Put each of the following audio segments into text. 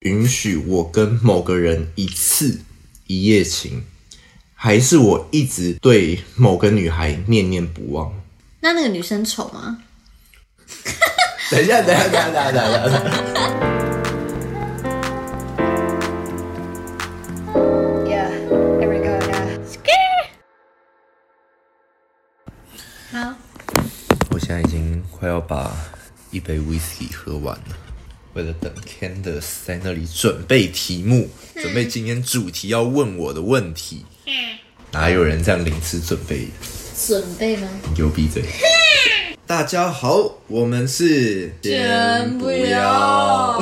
允许我跟某个人一次一夜情，还是我一直对某个女孩念念不忘？那那个女生丑吗？等一下，等一下，等一下，等一下，等一下。 Yeah, here we go now. 好，我现在已经快要把一杯 whisky 喝完了，为了等 Candice 在那里准备题目，嗯准备今天主题要问我的问题。哪有人这样临时准备的？准备吗？你给我闭嘴！嗯大家好，我们是先不要，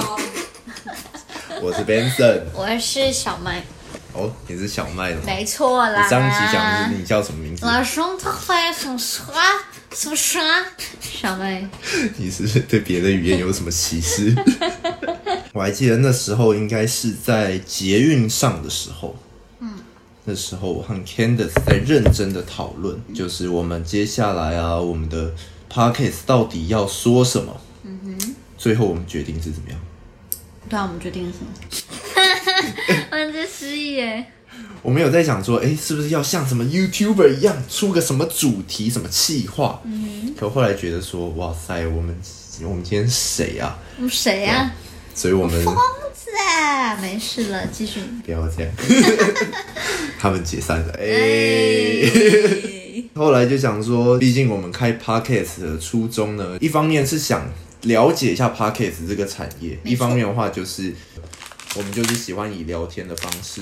我是 Benson， 我是小麦，哦，你是小麦的吗？没错啦。你上一集讲的是你叫什么名字？我胸特快很刷，什么刷？啊小麦，你是不是对别的语言有什么歧 视？我还记得那时候应该是在捷运上的时候，嗯，那时候我和 Candice 在认真的讨论，就是我们接下来啊，我们的 Podcast 到底要说什么？嗯哼，最后我们决定是怎么样？对啊，我们决定了什么？ 我们在失忆耶。我们有在想说，哎、是不是要像什么 YouTuber 一样出个什么主题、什么企划？嗯，可后来觉得说，哇塞，我们我们今天谁啊？我们谁呀、所以我们啊？是啊，没事了，继续。不要 这样，他们解散了。哎、哎后来就想说，毕竟我们开 podcast 的初衷呢，一方面是想了解一下 podcast 这个产业，没错一方面的话就是我们就是喜欢以聊天的方式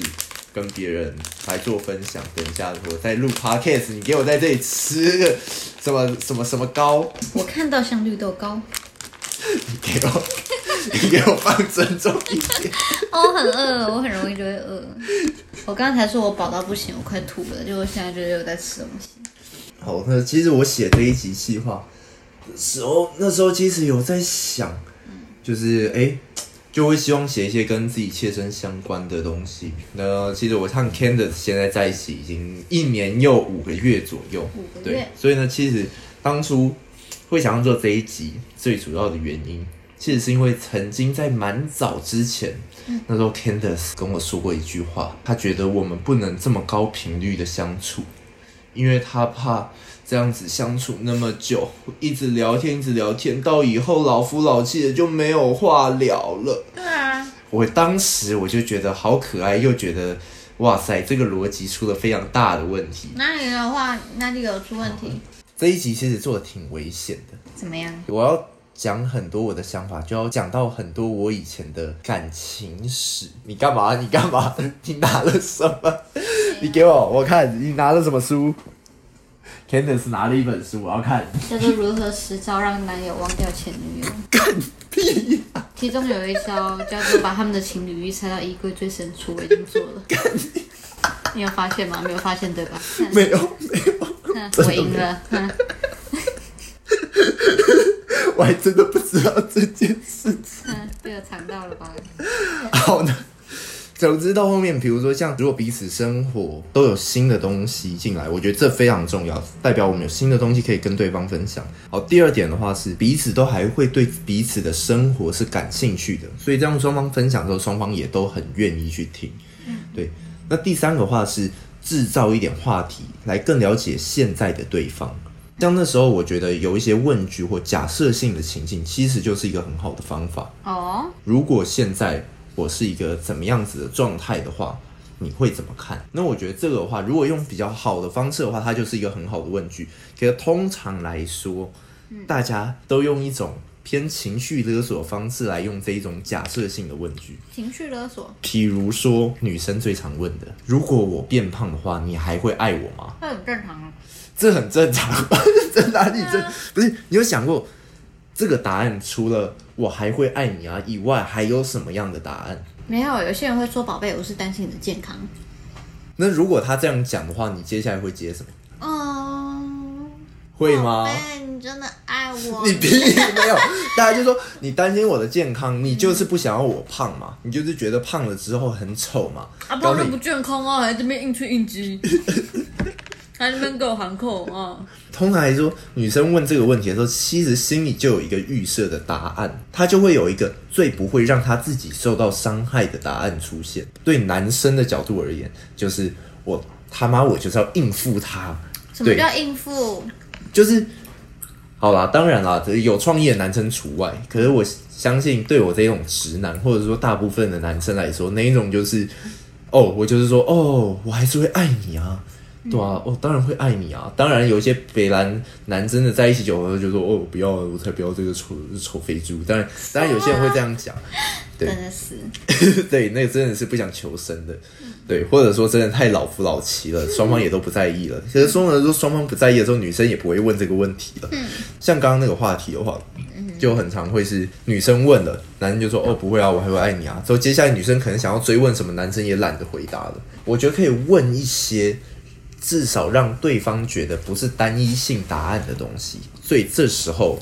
跟别人来做分享。等一下我在录 podcast，你给我在这里吃个什么什么什么糕，我看到像绿豆糕，你给我 你给我放尊重一点。哦，我很饿了，我很容易就会饿。 我刚才说我饱到不行，我快吐了，结果现在就是又在吃东西。好，那其实我写这一集计划的时候，那时候其实有在想，就是哎、诶就会希望写一些跟自己切身相关的东西。那其实我和 Candice 现在在一起已经一年又五个月左右，五个月对，所以呢，其实当初会想要做这一集，最主要的原因。其实是因为曾经在蛮早之前，嗯那时候 Candice 跟我说过一句话，她觉得我们不能这么高频率的相处，因为他怕这样子相处那么久，一直聊天，一直聊天，到以后老夫老妻的就没有话聊了。对啊，我当时我就觉得好可爱，又觉得哇塞，这个逻辑出了非常大的问题。那里的话，那里有出问题，这一集其实做的挺危险的，怎么样？我要讲很多我的想法，就要讲到很多我以前的感情史。你干嘛？你干嘛？你拿了什么？你给我，我看你拿了什么书？Candice 拿了一本书，我要看。叫做如何十招让男友忘掉前女友。屁！其中有一招叫做把他们的情侣衣塞到衣柜最深处，我已经做了。你有发现吗？没有发现对 吧？哼没有没有，哼我赢 了。哼我还真的不知道这件事情。哼，被我藏到了吧？ 好的，总之到后面，比如说像如果彼此生活都有新的东西进来，我觉得这非常重要，代表我们有新的东西可以跟对方分享。好，第二点的话是彼此都还会对彼此的生活是感兴趣的，所以这样双方分享的时候，双方也都很愿意去听。对，那第三个话是制造一点话题来更了解现在的对方。像那时候，我觉得有一些问句或假设性的情境，其实就是一个很好的方法。哦，如果现在我是一个怎么样子的状态的话，你会怎么看？那我觉得这个的话，如果用比较好的方式的话，它就是一个很好的问句。可是通常来说，大家都用一种偏情绪勒索的方式来用这一种假设性的问句。情绪勒索比如说，女生最常问的：如果我变胖的话，你还会爱我吗？那很正常啊。这很正常， 这哪里正？不是你有想过这个答案除了我还会爱你啊以外，还有什么样的答案？没有，有些人会说：“宝贝，我是担心你的健康。那如果他这样讲的话，你接下来会接什么？”嗯，会吗宝？贝，你真的爱我你屁没有，大家就说你担心我的健康，你就是不想要我胖嘛，你就是觉得胖了之后很丑嘛。啊？不告诉然就你 不健康哦，还这边应出应激。还是能够喊口啊？通常来说，女生问这个问题的时候，其实心里就有一个预设的答案，她就会有一个最不会让她自己受到伤害的答案出现。对男生的角度而言，就是我他妈我就是要应付他，什么对，叫应付？就是好啦，当然啦，有创意的男生除外。可是我相信，对我这种直男，或者说大部分的男生来说，那一种就是哦，我就是说哦，我还是会爱你啊。对啊，哦，当然会爱你啊！当然，有一些北兰男真的在一起久了，就说哦，不要，我才不要这个丑丑肥猪。当然，当然有些人会这样讲，啊对真的是， 对，那个真的是不想求生的，对，或者说真的太老夫老妻了，双方也都不在意了。可是双方说双方不在意的时候，女生也不会问这个问题了。像刚刚那个话题的话，就很常会是女生问了，男生就说哦不会啊，我还会爱你啊。之后接下来女生可能想要追问什么，男生也懒得回答了。我觉得可以问一些至少让对方觉得不是单一性答案的东西，所以这时候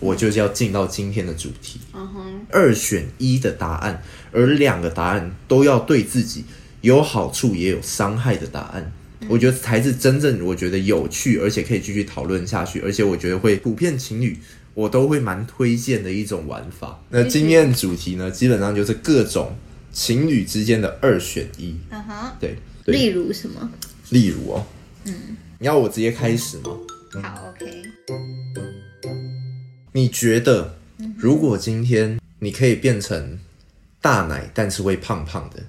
我就是要进到今天的主题。嗯哼，二选一的答案，而两个答案都要对自己有好处也有伤害的答案。我觉得才是真正我觉得有趣，而且可以继续讨论下去，而且我觉得会普遍情侣我都会蛮推荐的一种玩法。那今天的主题呢，基本上就是各种情侣之间的二选一。嗯哼。对，对例如什么？例如哦，嗯，你要我直接开始吗？好，OK。你觉得，如果今天你可以变成大奶，但是会胖胖的，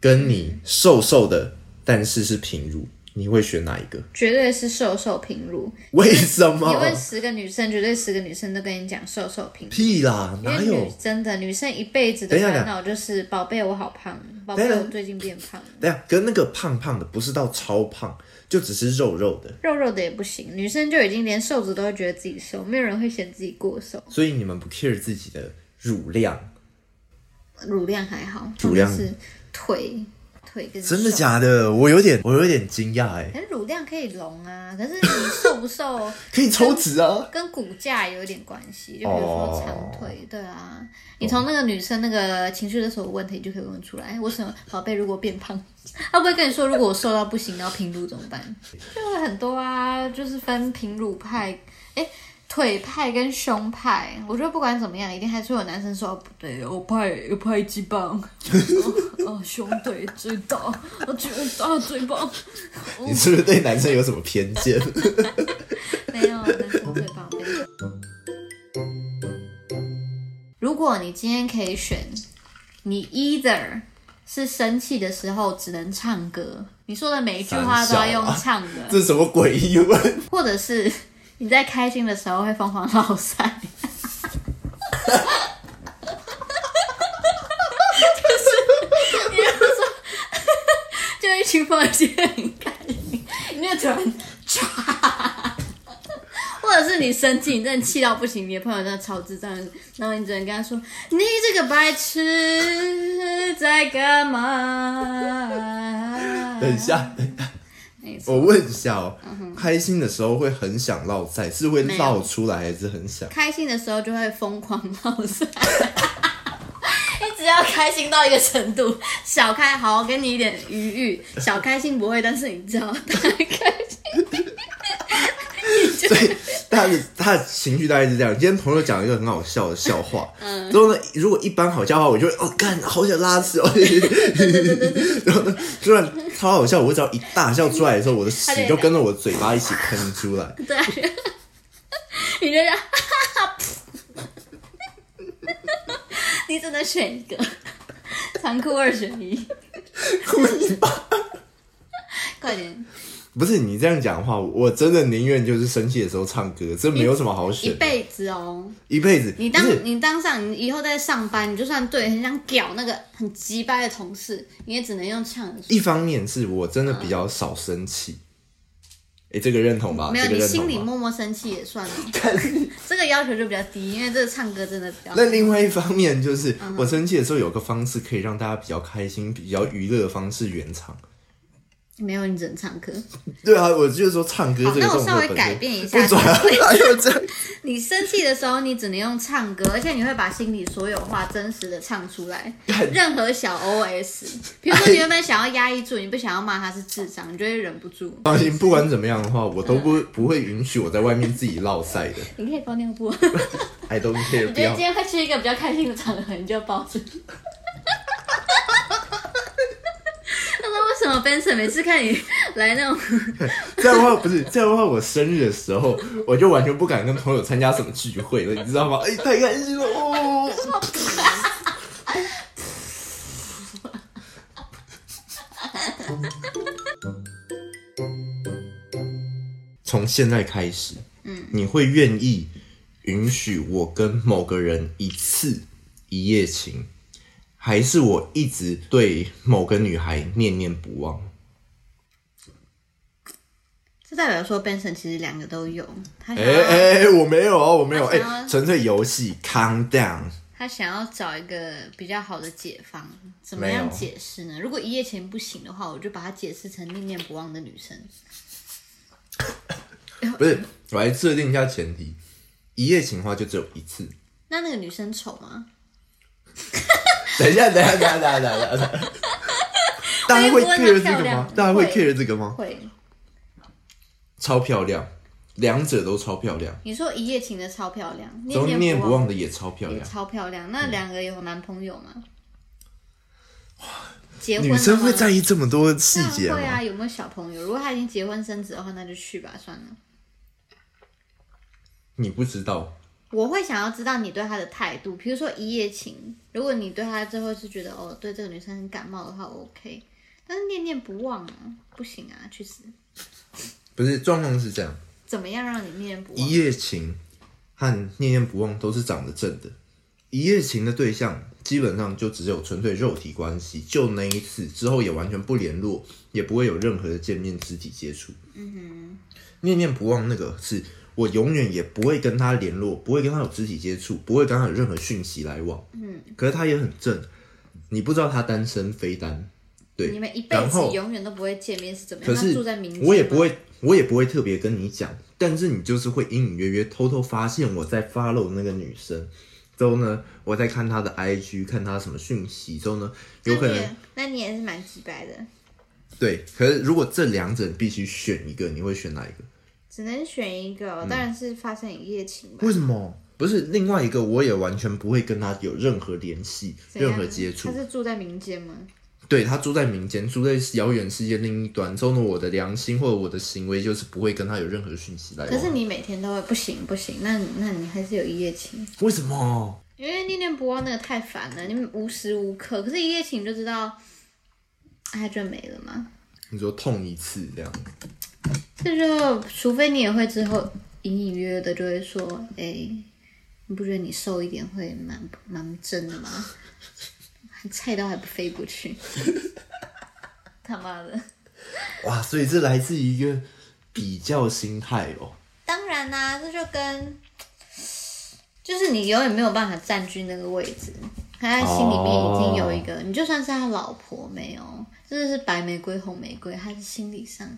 跟你瘦瘦的，但是是平乳，你会选哪一个？绝对是瘦瘦平乳。为什你么？问十个女生，绝对十个女生都跟你讲瘦瘦平乳。屁啦，因哪为女有？真的女生一辈子的等一下烦恼就是宝贝我好胖，宝等贝一下我最近变胖，等一下，啊跟那个胖胖的不是到超胖，就只是肉肉的，肉肉的也不行。女生就已经连瘦子都会觉得自己瘦，没有人会嫌自己过瘦。所以你们不 care 自己的乳量，乳量还好，乳量就是腿腿跟真的瘦？假的？我有点，我有点惊讶哎，可是乳量可以隆啊，可是你瘦不 瘦可以抽脂啊！跟骨架有一点关系，就比如说长腿，对啊，你从那个女生那个情绪勒索的问题就可以问出来，哎，为什么宝贝如果变胖，她不会跟你说如果我瘦到不行，然后平乳怎么办？就会很多啊，就是分平乳派，哎。腿派跟胸派，我觉得不管怎么样，一定还是会有男生说哦不对，我派我派鸡棒，哦哦胸腿最大，我觉得大最棒，你是不是对男生有什么偏见？没有，男生最宝贝。如果你今天可以选，你 either 是生气的时候只能唱歌，你说的每一句话都要用唱的，这是什么诡异问？或者是你在开心的时候会疯狂老塞。就是你要说就一群朋友今天很开心，你就突然或者是你生气，你真的气到不行，你的朋友真的超智障，然后你只能跟他说：“你这个白痴在干嘛？”等一，下，等一下没啊错嗯我问一下哦，开心的时候会很想落在，是会绕出来还是很 想？开心的时候就会疯狂闹塞。你只要开心 到一个程度，小开好给你一点余裕，小开心不会，但是你知道大开心。所以他的他的情绪大概是这样。今天朋友讲一个很好笑的笑 话，嗯之后呢，如果一般好笑的话，我就会哦干，好想拉 屎哦。然后呢，突然超好笑，我只要一大笑出来的时候，我的屎他就就跟着我嘴巴一起喷出 来。对，你就这样， 你只能选一个，残酷二选一，快点，不是你这样讲的话，我真的宁愿就是生气的时候唱歌，这没有什么好一选的。辈子哦。一辈子，你不当是你当上，你以后在上班，你就算对很想屌那个很鸡掰的同事，你也只能用呛的。一方面是我真的比较少生气，诶，这个认同吧？没有，这个你认心同里吧默嗯默生气也算了。 这个要求就比较低，因为这个唱歌真的比较。那另外一方面就是，嗯我生气的时候有个方式可以让大家比较开心、比较娱乐的方式，原唱。没有，你只能唱歌。对啊，我就是说唱歌好这个那我动稍作微本改身。变一下 不，转啊，还有这样，你生气的时候，你只能用唱歌，而且你会把心里所有话真实的唱出来，任何小 OS。比如说，你原本想要压抑住，你不想要骂他是智障，你就会忍不住。放心，不管怎么样的话，我都不不会允许我在外面自己落赛的。你可以包 尿布，我 I don't care，不觉得要今。天会去一个比较开心的场合，你就包住。 那为什么 Benson 每次看你来那种 这样的话不是这样的话，我生日的时候我就完全不敢跟朋友参加什么聚会了，你知道吗？哎、太开心了哦！从现在开始，嗯，你会愿意允许我跟某个人一次一夜情，还是我一直对某个女孩念念不忘？这代表说 Benson 其实两个都有，他哎想要、哎、哎我没有哦，我没有，哎、他想要纯粹游戏，calm down。他想要找一个比较好的解方，怎么样没有解释呢？如果一夜情不行的话，我就把它解释成念念不忘的女生。不是，我来设定一下前提，一夜情的话就只有一 次。那那个女生丑吗？等一下，等一下，等一下，等一下，等一下，等一下。大家会我也不 care 会这她漂个吗亮？大家会会 care 这个吗？会，超漂亮，两者都超漂亮，你说一夜情的超漂亮，然后念念不不忘的啊嗯也超漂也亮。超漂亮。那两个有男朋友吗？结婚女生了会吗在意这么多细当然节会吗？啊，有没有小朋友？如果他已经结婚生子的话，那就去吧，算了。你不知道，我会想要知道你对他的态度，比如说一夜情，如果你对他最后是觉得哦对这个女生很感冒的话，OK，但是念念不忘啊，不行啊，去死！不是状况是这样，怎么样让你念念不一忘？夜情和念念不忘都是长得正的。一夜情的对象基本上就只有纯粹肉体关系，就那一次之后也完全不联络，也不会有任何的见面肢体接触。嗯哼，念念不忘那个是我永远也不会跟他联络，不会跟他有肢体接触，不会跟他有任何讯息来往。嗯，可是他也很正，你不知道他单身非单，对，你们一辈然子后永远都不会见面是怎么样？可那是住在民间吗我也不会，我也不会特别跟你讲，但是你就是会隐隐约约偷偷发现我在 follow 那个女生。之后呢，我在看她的 IG，看她什么讯息。之后呢，有可那你能也那你也是蛮直白的，对。可是如果这两者必须选一个，你会选哪一个？只能选一个哦、当然是发生一夜情吧嗯为。什么？不是另外一个，我也完全不会跟她有任何联系、怎样任何接触他。是住在民间吗？对她住在民间，住在遥远世界另一端。之后呢，我的良心或者我的行为就是不会跟她有任何讯息来往。可是你每天都会不行不行，那你那你还是有一夜情。为什么？因为念念不忘那个太烦了，你们无时无刻，可是一夜情就知道，哎，就没了嘛。你说痛一次这样？这就除非你也会之后隐隐约约的就会说，哎、你不觉得你瘦一点会蛮蛮真的吗？还菜刀还不飞过去， 他妈的！哇，所以这来自于一个比较心态哦。当然啦、这就跟就是你永远没有办法占据那个位置，他在心里面已经有一个，你就算是他老婆没有，真的是白玫瑰红玫瑰，他是心理上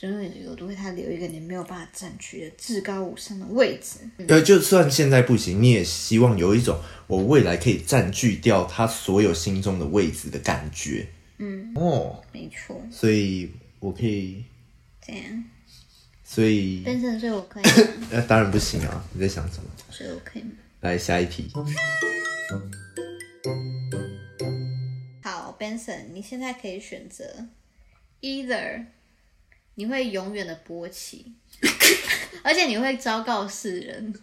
永远有都为他留一个你没有办法占据的至高无上的位置。呃，就算现在不行，你也希望有一种我未来可以占据掉他所有心中的位置的感觉。嗯，哦，没错，所以我可以，这样所以变成所以我可以吗，呃，当然不行啊！你在想什么？所以我可以吗。来下一题，好，Benson，你现在可以选择，either 你会永远的勃起， 而且你会昭告世人，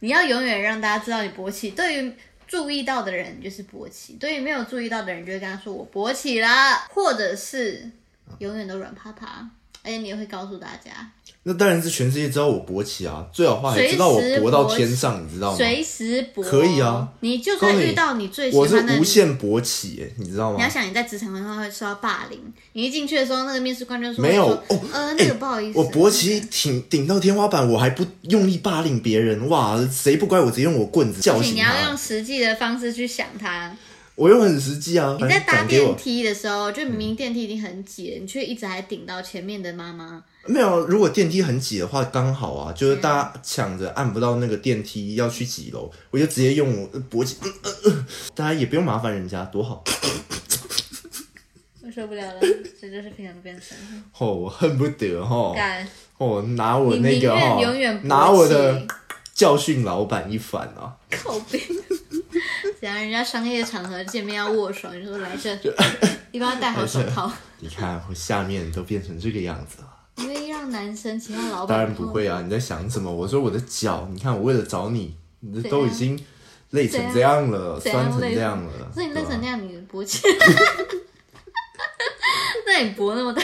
你要永远让大家知道你勃起。对于注意到的人，你就是勃起；对于没有注意到的人，你就会跟他说我勃起啦，或者是永远都软趴趴，而且你也会告诉大家，那当然是全世界知道我勃起啊，最好的话还知道我随时勃到勃天起上，你知道吗？随时勃可以啊你就告算诉你遇到你最喜我是欢的无女限勃起、欸，你知道吗你要？想你在职场上会受到霸凌，你一进去的时候，那个面试官就说没有说哦呃，欸那个不好意思，我勃起挺顶到天花板，我还不用力霸凌别人，哇！谁不乖我直接用我棍子教啊而且训你他。要用实际的方式去想他，我又很实际啊。你在搭哎反正讲给电我嗯梯的时候，就明明电梯已经很挤了，你却一直还顶到前面的妈妈。没有，啊如果电梯很挤的话，刚好啊，就是大嗯家抢着按不到那个电梯要去几楼，我就直接用我脖颈，嗯嗯嗯，大家也不用麻烦人家，多好。我受不了 了，这就是平常的变身。哦，我恨不得哦， 干，哦拿我啊你那个宁愿哦永远，不拿我的起教训老板一番啊。靠背。 怎样？人家商业场合见面要握手，你就说来 这，你帮他戴好手套。你看我下面都变成这个样子了。你愿意让男生其他老板？当然不会啊！嗯你在想什么？我说我的脚，你看我为了找你，你怎样都已经累成这样了，怎酸样成累这样了。所以你对累吧成那样，你 脖子，那你脖那么大，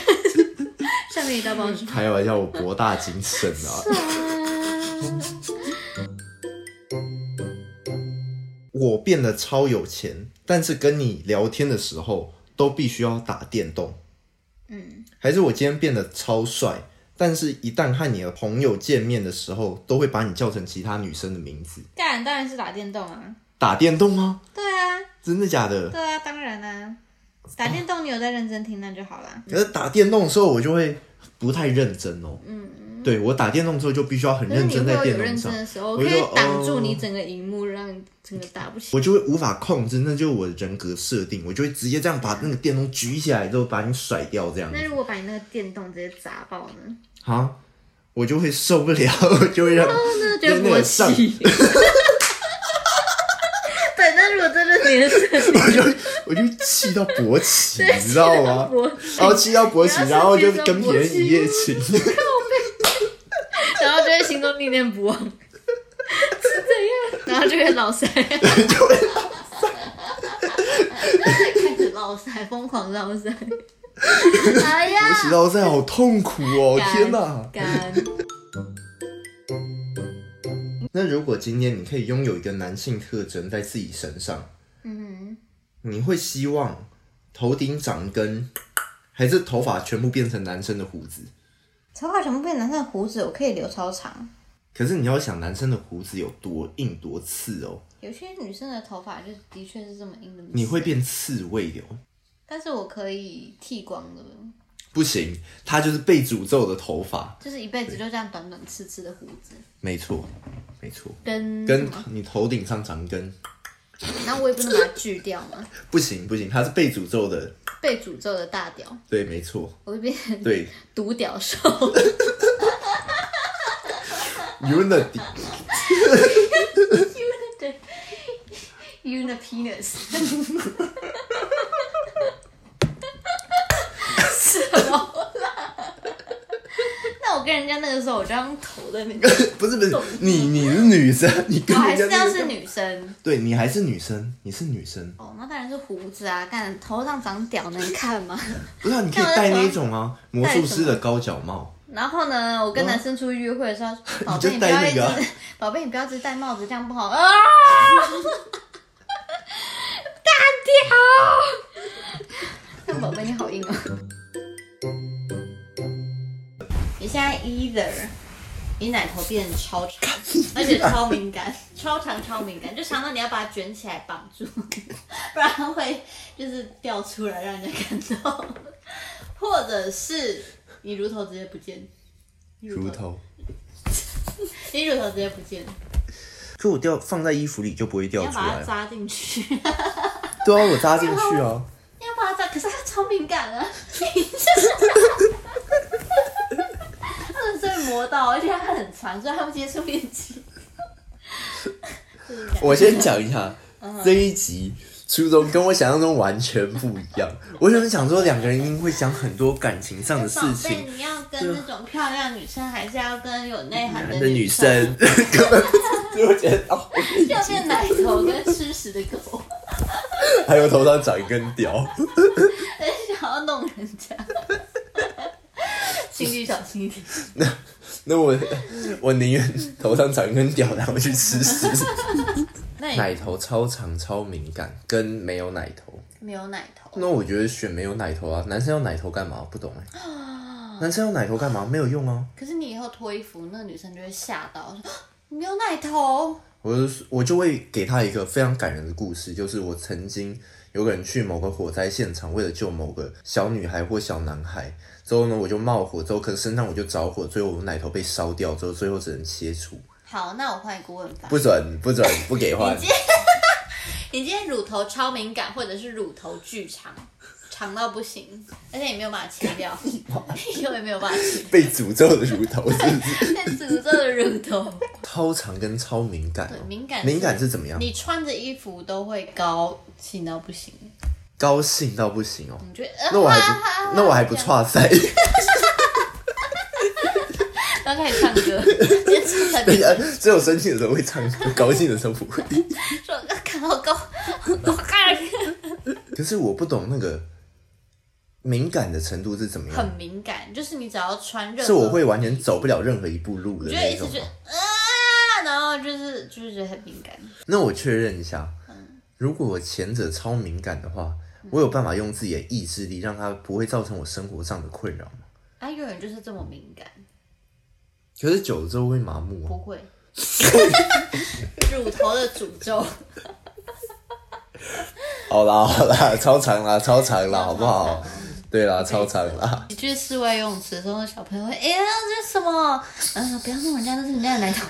下面一大包是吧？开玩笑，我博大精深啊！嗯我变得超有钱，但是跟你聊天的时候都必须要打电动。嗯，还是我今天变得超帅，但是一旦和你的朋友见面的时候，都会把你叫成其他女生的名字。干当然是打电动啊。打电动吗？对啊，真的假的？对啊，当然啊。打电动你有在认真听，那就好啦。可是打电动的时候，我就会不太认真哦。嗯，对我打电动之后就必须要很可是认你真会在有电认动真上，的时候，我可就以说挡住哦你整个荧幕，让你整个打不起。我就会无法控制，那就是我的人格设定，我就会直接这样把那个电动举起来，之后把你甩掉这样子那如果把你那个电动直接砸爆呢？啊，我就会受不了，我就会让哦那就那勃个上起。 对，那如果真的是你的身体，我就我就气到勃起，你知道吗？勃然后气到勃起，你要然后就生气的时候跟别人一夜情， 然后就会心中念念不忘，是怎样？然后就会 老塞，就会 开始老塞，疯狂老塞。哎呀，勃起到现在好痛苦 哦！干天哪！干那如果今天你可以拥有一个男性特征在自己身上，嗯，你会希望头顶长根，还是头发全部变成男生的胡子？头发全部变男生的胡子，我可以留超长。可是你要想，男生的胡子有多硬多刺哦，有些女生的头发就的确是这么硬的，你会，变刺猬哦流。但是我可以剃光的，不行，他就是被诅咒的头发，就是一辈子就这样短短刺刺的胡子，没错，没错，跟跟你头顶上长根，然后我也不能把它锯掉嘛，不行不行，他是被诅咒的，被诅咒的大屌，对，没错，我会变成对独屌兽。 ，you the d You the penis，那我跟人家那个时候，我就要用头的那个， 不是不是，你你是女生，你我跟还人是家要那是个，女生对你还是女生，你是女生，哦，那当然是胡子啊，干头上长屌能看 吗？不是、啊、你可以戴那种啊，魔术师的高脚帽，然后呢，我跟男生出去约会的时候，宝就贝你不戴要那一个啊直， 宝贝你不要一直戴帽子，这样 不好啊！ 大屌！但宝贝你好硬哦。你现在 either 你奶头变得超 长，而且超敏感， 超长超敏感，就长到你要把它卷起来绑住， 不然会就是掉出来让人家看到， 或者是你乳头直接不见，你乳，头。你乳头直接不见，可我掉放在衣服里就不会你掉要出把它来，扎进去， 你要对啊，我扎进去 啊。把它扎，可是它超敏感啊， 它很所以磨到，而且它很长，所以它们接触面积。我先讲一下嗯这一集初衷跟我想象中完全不一样。我原本想说两个人因为会讲很多感情上的事宝贝，情，你要跟那种漂亮女生，还是要跟有内涵男的的女生？生， 就会觉得哦， 要变奶头跟吃屎的狗，还有头上长一根屌。很想要弄人家。情侣小心一点，那我我宁愿头上长一根屌，然后去吃屎。那奶你头超长超敏感，跟没有奶头。没有奶头，那我觉得选没有奶头啊，男生要奶头干嘛？不懂哎、男生要奶头干嘛？没有用啊！可是你以后脱衣服，那个女生就会吓到，说 啊你没有奶头。我就我就会给他一个非常感人的故事，就是我曾经有个人去某个火灾现场，为了救某个小女孩或小男孩，之后呢，我就冒火，之后可是身上我就着火，最后我奶头被烧掉，之后最后只能切除，好，那我换一个问法。不准不准不给换，你今天乳头超敏感，或者是乳头巨长，长到不行，而且也没有办法切 掉，以后也没有办法切， 被诅咒的乳头是不是？但诅咒的乳头，超长跟超敏感、哦，对敏感是敏感是怎么样？你穿着衣服都会高兴到不行，高兴到不行哦。你觉得？呃那我还不， 那我还不错，差赛，然后开始唱 歌，今天唱才等一下，只有生气的时候会唱歌，高兴的时候不会。 说看好高，我看可是我不懂那个敏感的程度是怎么很样，敏感，就是你只要穿任何，是我会完全走不了任何一步路的我觉得那一直种哦觉得吗。啊，然后就是就是觉得很敏感，那我确认一下，嗯如果我前者超敏感的话，我有办法用自己的意志力让它不会造成我生活上的困扰吗？啊，有人就是这么敏感。可是久了之后会麻木、啊不， 会。乳头的诅咒，好啦好啦，超长啦超长啦，好不好？对啦，超长啦。你去室外游泳池的时候，小朋友会，哎呀，这是什么？嗯、不要弄人家，那是人家的奶头，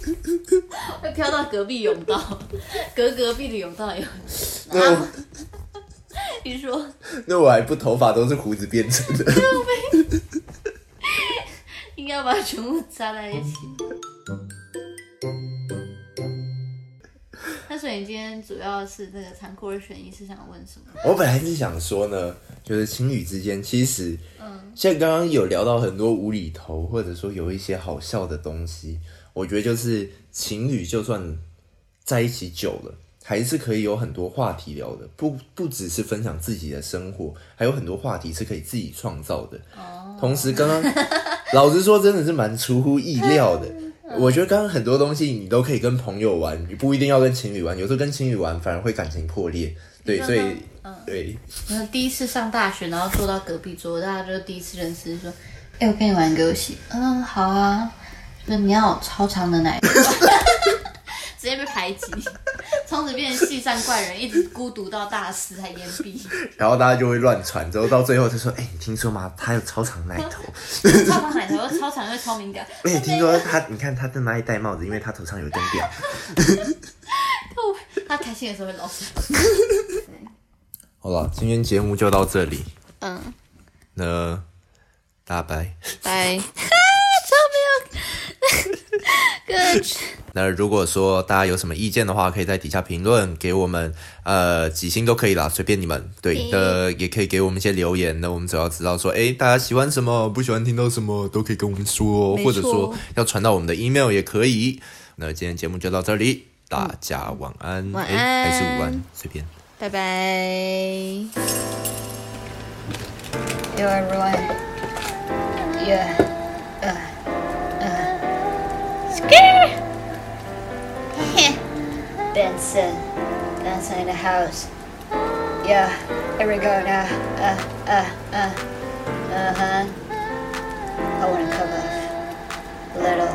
会飘到隔壁泳道， 隔隔壁的泳道有。那我你说， 那我还不头发都是胡子变成的。 应该把它全部扎在一起。 那所以你今天主要是这个残酷二选一是想问什么？我本来是想说呢，就是情侣之间，其实，嗯，像刚刚有聊到很多无厘头，或者说有一些好笑的东西，我觉得就是情侣就算在一起久了，还是可以有很多话题聊的，不不只是分享自己的生活，还有很多话题是可以自己创造的。同时，刚刚老实说，真的是蛮出乎意料的。我觉得刚刚很多东西你都可以跟朋友玩，你不一定要跟情侣玩。有时候跟情侣玩反而会感情破裂，对，你所说嗯以呢对，然后第一次上大学，然后坐到隔壁桌，大家就第一次认识，就说：“哎、我跟你玩一个游戏。”嗯，好啊。那你要有超长的奶， 直接被排挤，从此变成系上怪人，一直孤独到大师还言毕。然后大家就会乱传，之后到最后就说：“哎、你听说吗？他有超长奶头，超长奶头，超长又超敏感，而且听说他，你看他在那里戴帽子，因为他头上有一根表。他开心的时候会老死。”好了，今天节目就到这里，嗯，那大白。拜。那如果说大家有什么意见的话，可以在底下评论给我们，呃，几星都可以啦，随便你们。对嗯的，也可以给我们一些留言。那我们只要知道说，哎诶，大家喜欢什么，不喜欢听到什么，都可以跟我们说哦，没错或者说要传到我们的 email 也可以。那今天节目就到这里，大家晚安，晚诶还是午安安，随便。拜拜。 Yo, everyone. Yeah. Uh. Uh. Scare. Benson. Benson in the house. Yeah. Here we go now. Uh. Uh. Uh. Uh huh. I want a cup of a little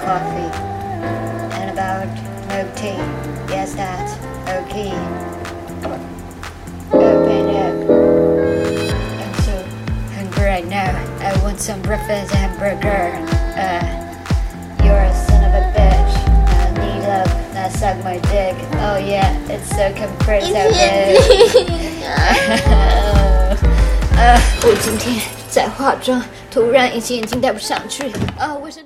coffee and about milk tea. Yes, that's okay. Come on. Open up. I'm so hungry right now. I want some breakfast hamburger. Uh, you're a son of a bitch. I need love. Now suck my dick. Oh yeah, it's so compressed out there. Uh, 呃，我今天在化妆，突然隐形眼镜戴不上去。啊、我是。